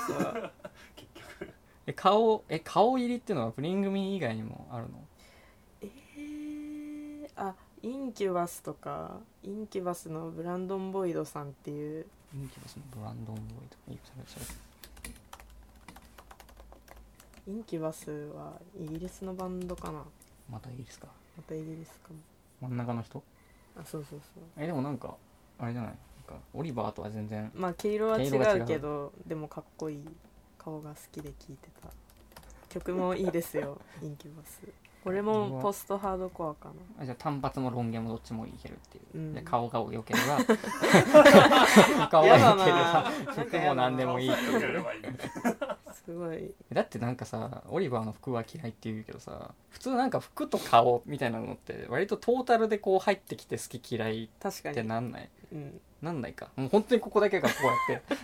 Speaker 3: そう
Speaker 4: 結局
Speaker 2: え顔え顔入りっていうのはプリン組以外にもあるの
Speaker 3: えー、あインキュバスとかインキュバスのブランドン・ボイドさんっていう
Speaker 2: インキュバスのブランドンボーイとかいいよそれそれ
Speaker 3: インキュバスはイギリスのバンドかな
Speaker 2: またいいですか
Speaker 3: またイギリスかも
Speaker 2: 真ん中の人
Speaker 3: あそうそうそう
Speaker 2: えでもなんかあれじゃないなんかオリバーとは全然
Speaker 3: まあ毛色は違
Speaker 2: 毛色は違
Speaker 3: う
Speaker 2: う
Speaker 3: けどでもかっこいい顔が好きで聴いてた曲もいいで
Speaker 2: *laughs*
Speaker 3: すよインキュバスこれ
Speaker 2: う
Speaker 3: も
Speaker 2: わ
Speaker 3: ポストハードコアかな
Speaker 2: あじゃあ単発もロン毛もどっちもいけるっていう、
Speaker 3: うん
Speaker 2: で顔が良けれ
Speaker 3: *laughs*
Speaker 2: ば顔が
Speaker 3: やだ
Speaker 2: 良ければ
Speaker 3: なな
Speaker 2: 服
Speaker 3: んかやだな
Speaker 2: も何でもいいって
Speaker 4: よけ
Speaker 2: い
Speaker 4: れ
Speaker 2: う
Speaker 4: ばいいね
Speaker 3: すごい
Speaker 2: だってなんかさオリバーの服は嫌いって言うけどさ普通なんか服と顔みたいなのって割とトータルでこう入ってきて好き嫌い
Speaker 3: 確か
Speaker 2: って
Speaker 3: に、
Speaker 2: なんない
Speaker 3: うん、
Speaker 2: なんないかもう本当にここだけがこうやって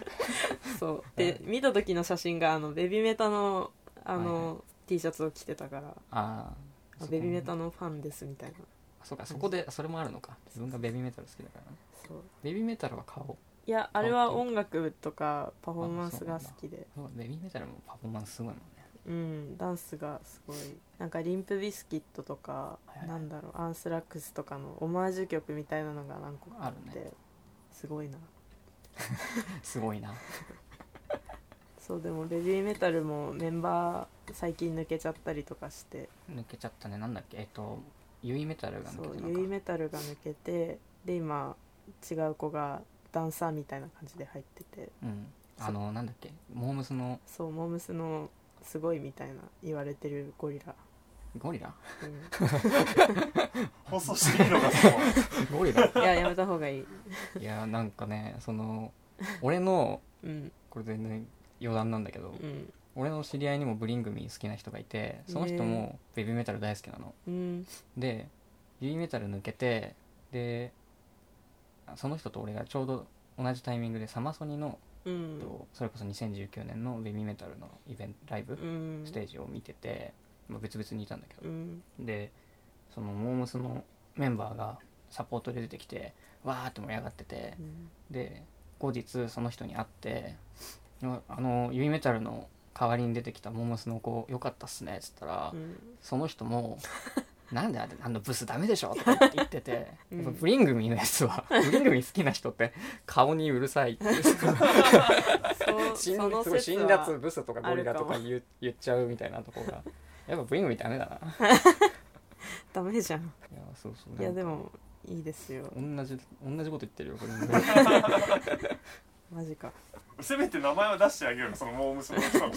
Speaker 3: *laughs* そうで見た時の写真があのベビメタのあの、T シャツを着てたから
Speaker 2: ああ
Speaker 3: ベビメタ
Speaker 2: の
Speaker 3: のファンですみたいな
Speaker 2: そうかそこでそれもあるのか自分がベビーメタル好きだからね
Speaker 3: そう
Speaker 2: ベビーメタルは顔
Speaker 3: いやあれは音楽とかパフォーマンスが好きで
Speaker 2: そうベビーメタルもパフォーマンスすごいもんね
Speaker 3: うんダンスがすごいなんかリンプビスキットとか、
Speaker 2: はいはい
Speaker 3: なんだろうアンスラックスとかのオマージュ曲みたいなのが何個かあって
Speaker 2: ある
Speaker 3: すごいな
Speaker 2: すごいな
Speaker 3: そうでもベビーメタルもメンバー最近抜けちゃったりとかして
Speaker 2: 抜けちゃったねなんだっけえっとユイメタルが
Speaker 3: そ
Speaker 2: 抜け
Speaker 3: う
Speaker 2: た
Speaker 3: ユイ
Speaker 2: のか
Speaker 3: メタルが抜けてで今違う子がダンサーみたいな感じで入ってて
Speaker 2: うんあのなんだっけモームスの
Speaker 3: そうモームスのすごいみたいな言われてるゴリラ、
Speaker 2: ゴリラ *laughs*
Speaker 3: う
Speaker 4: 放送していいのかそう
Speaker 2: ゴリラ *laughs*
Speaker 3: ん、いややめた方がいい
Speaker 2: いやなんかねその俺の
Speaker 3: うん
Speaker 2: これ全然余談なんだけど
Speaker 3: うん
Speaker 2: 俺の知り合いにもブリングミー好きな人がいてその人もベビーメタル大好きなの
Speaker 3: うん
Speaker 2: でユイメタル抜けてでその人と俺がちょうど同じタイミングでサマソニの、
Speaker 3: うん
Speaker 2: それこそ2019年のベビーメタルのイベントライブ、
Speaker 3: うん
Speaker 2: ステージを見てて、まあ、別々にいたんだけ
Speaker 3: う
Speaker 2: ど、
Speaker 3: ん
Speaker 2: でそのモームスのメンバーがサポートで出てきてわーって盛り上がってて
Speaker 3: うん
Speaker 2: で後日その人に会って「ああのユイメタルの代わりに出てきたモームスの子よかったっすね」っつったら、
Speaker 3: *laughs* うん
Speaker 2: その人もなんであれあのブスダメでしょとか言ってて、やっ
Speaker 3: *laughs* うん
Speaker 2: ぱブリングミーのやつ
Speaker 3: *laughs*
Speaker 2: は、ブリングミー好きな人って顔にうるさいっていう
Speaker 3: そう
Speaker 2: 辛
Speaker 3: その
Speaker 2: すごい
Speaker 3: 説
Speaker 2: 辛
Speaker 3: は
Speaker 2: 辣ブスとかゴリラとか言う言っちゃうみたいなところがやっぱブリングミーダメだない
Speaker 3: ダメじゃん
Speaker 2: やそうそう
Speaker 3: いや
Speaker 2: なんか
Speaker 3: でもいいですよ
Speaker 2: 同じ同じこと言ってるよブ *laughs* リングミー
Speaker 3: マジか
Speaker 4: せめて名前は出してあげようよそのモー娘の人の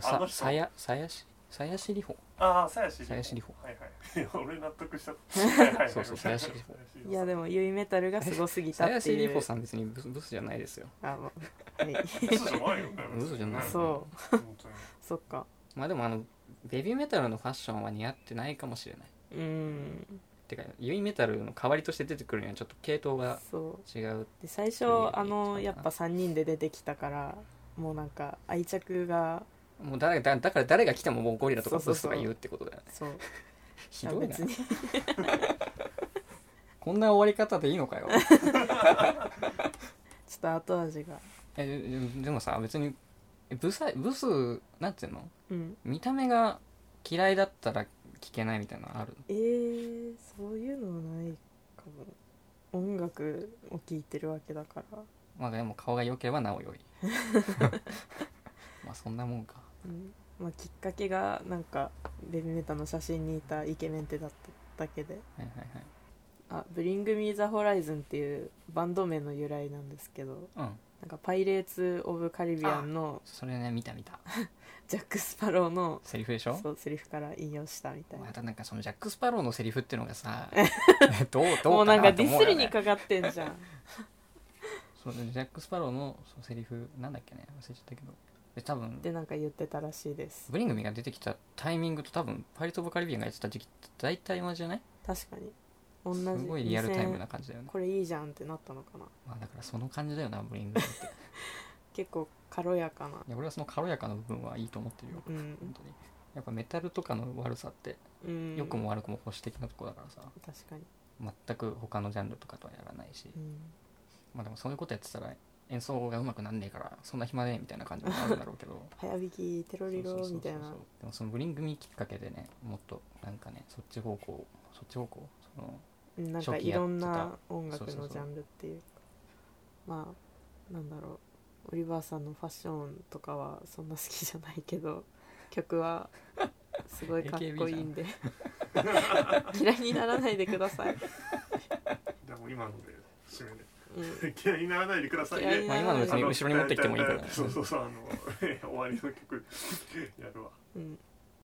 Speaker 2: と
Speaker 4: あ
Speaker 2: さ
Speaker 4: の人
Speaker 2: さやさやしさやしりほ
Speaker 4: ああさやしり
Speaker 2: さやしりほ
Speaker 4: はいはいいや俺納得したはいは
Speaker 2: *laughs*
Speaker 4: い
Speaker 2: そうそうさやしりほ
Speaker 3: いやでもユイメタルがすごすぎた
Speaker 2: さ
Speaker 3: っ
Speaker 2: や
Speaker 3: て
Speaker 2: しり
Speaker 3: い
Speaker 2: ほ
Speaker 3: う
Speaker 2: さん別にブスブスじゃないですよ
Speaker 3: あもうはい
Speaker 4: 嘘じゃないよね
Speaker 2: 嘘じゃない
Speaker 3: そ
Speaker 4: 本当に
Speaker 3: うそっか
Speaker 2: まあでもあのベビーメタルのファッションは似合ってないかもしれない
Speaker 3: うん
Speaker 2: てかユイメタルの代わりとして出てくるにはちょっと系統が
Speaker 3: そう
Speaker 2: 違う
Speaker 3: で最初
Speaker 2: そういう
Speaker 3: あの
Speaker 2: いい
Speaker 3: や
Speaker 2: かな
Speaker 3: っぱ3人で出てきたからもうなんか愛着が
Speaker 2: もうだだだから誰が来てももうゴリラとか
Speaker 3: そうそう
Speaker 2: ブス
Speaker 3: そ
Speaker 2: と
Speaker 3: う
Speaker 2: か言うってことだよね
Speaker 3: そう
Speaker 2: ひどいな
Speaker 3: 別に *laughs*
Speaker 2: こんな終わり方でいいのかよ
Speaker 3: ちょっと後味が
Speaker 2: えででもさ別にえブサイブスなんていうの
Speaker 3: うん
Speaker 2: 見た目が嫌いだったら聞けないみたいなのある
Speaker 3: えー、そういうのはないかも音楽を聴いてるわけだから、
Speaker 2: まあでも顔が良ければなお良い
Speaker 3: *laughs*
Speaker 2: まあそんなもんか
Speaker 3: うんまあ、きっかけがなんかベビメタの写真にいたイケメンってだっただけで
Speaker 2: はいはい
Speaker 3: あ「ブリング・ミー・ザ・ホライズン」っていうバンド名の由来なんですけど
Speaker 2: はいうん
Speaker 3: なんかパイレーツ・オブ・カリビアンの
Speaker 2: それね見た見た
Speaker 3: ジャック・スパローの
Speaker 2: セリフでしょ
Speaker 3: そうセリフから引用したみたいな
Speaker 2: またなんかそのジャック・スパローのセリフっていうのが
Speaker 3: *laughs*
Speaker 2: さどうど
Speaker 3: も
Speaker 2: う
Speaker 3: うな
Speaker 2: か
Speaker 3: ん
Speaker 2: な
Speaker 3: か
Speaker 2: と
Speaker 3: ディ
Speaker 2: 思
Speaker 3: ス
Speaker 2: う
Speaker 3: り
Speaker 2: よ
Speaker 3: に
Speaker 2: ね
Speaker 3: かかってんじゃん
Speaker 2: そうジャック・スパローのそのセリフなんだっけね忘れちゃったけどで多分
Speaker 3: でなんか言ってたらしいです
Speaker 2: ブリングミーが出てきたタイミングと多分パイレット・オブ・カリビアンがやってた時期って大体同じじゃない
Speaker 3: 確かに同じ
Speaker 2: すごいリアルタイムな
Speaker 3: 2000
Speaker 2: 感じだよね
Speaker 3: これいいじゃんってなったのかな
Speaker 2: まあだからその感じだよなブリングミーってい
Speaker 3: 結構軽やかな
Speaker 2: や俺はその軽やかな部分はいいと思ってるよ
Speaker 3: うん
Speaker 2: 本、当にやっぱメタルとかの悪さって
Speaker 3: うん、
Speaker 2: 良くも悪くも保守的なとこだからさ
Speaker 3: 確かに、
Speaker 2: 全く他のジャンルとかとはやらないし
Speaker 3: うん、
Speaker 2: まあでもそういうことやってたら演奏がうまくなんねえからそんな暇ねえみたいな感じもあるんだろうけど
Speaker 3: 早弾きテロリロ
Speaker 2: そうそうそうそう
Speaker 3: みたいな
Speaker 2: でもそのブリングミーきっかけでねもっとなんかねそっち方向そっち方向その
Speaker 3: うんなんか
Speaker 2: 初期
Speaker 3: い
Speaker 2: やってた
Speaker 3: ろんな音楽
Speaker 2: そうそ
Speaker 3: の
Speaker 2: うそう
Speaker 3: ジャンルっていうかまあなんだろうオリバーさんのファッションとかはそんな好きじゃないけど
Speaker 2: *laughs*
Speaker 3: 曲はすごいかっこいいんで *laughs* 嫌いにならないでください、
Speaker 4: でも今ので締めで
Speaker 3: うん
Speaker 4: *laughs* 嫌いにならないでくださいね
Speaker 2: まあ今の
Speaker 4: *laughs*
Speaker 2: 別に後ろに持ってきてもいいから
Speaker 4: そうそうそうあの終わりの曲やるわ
Speaker 3: うん、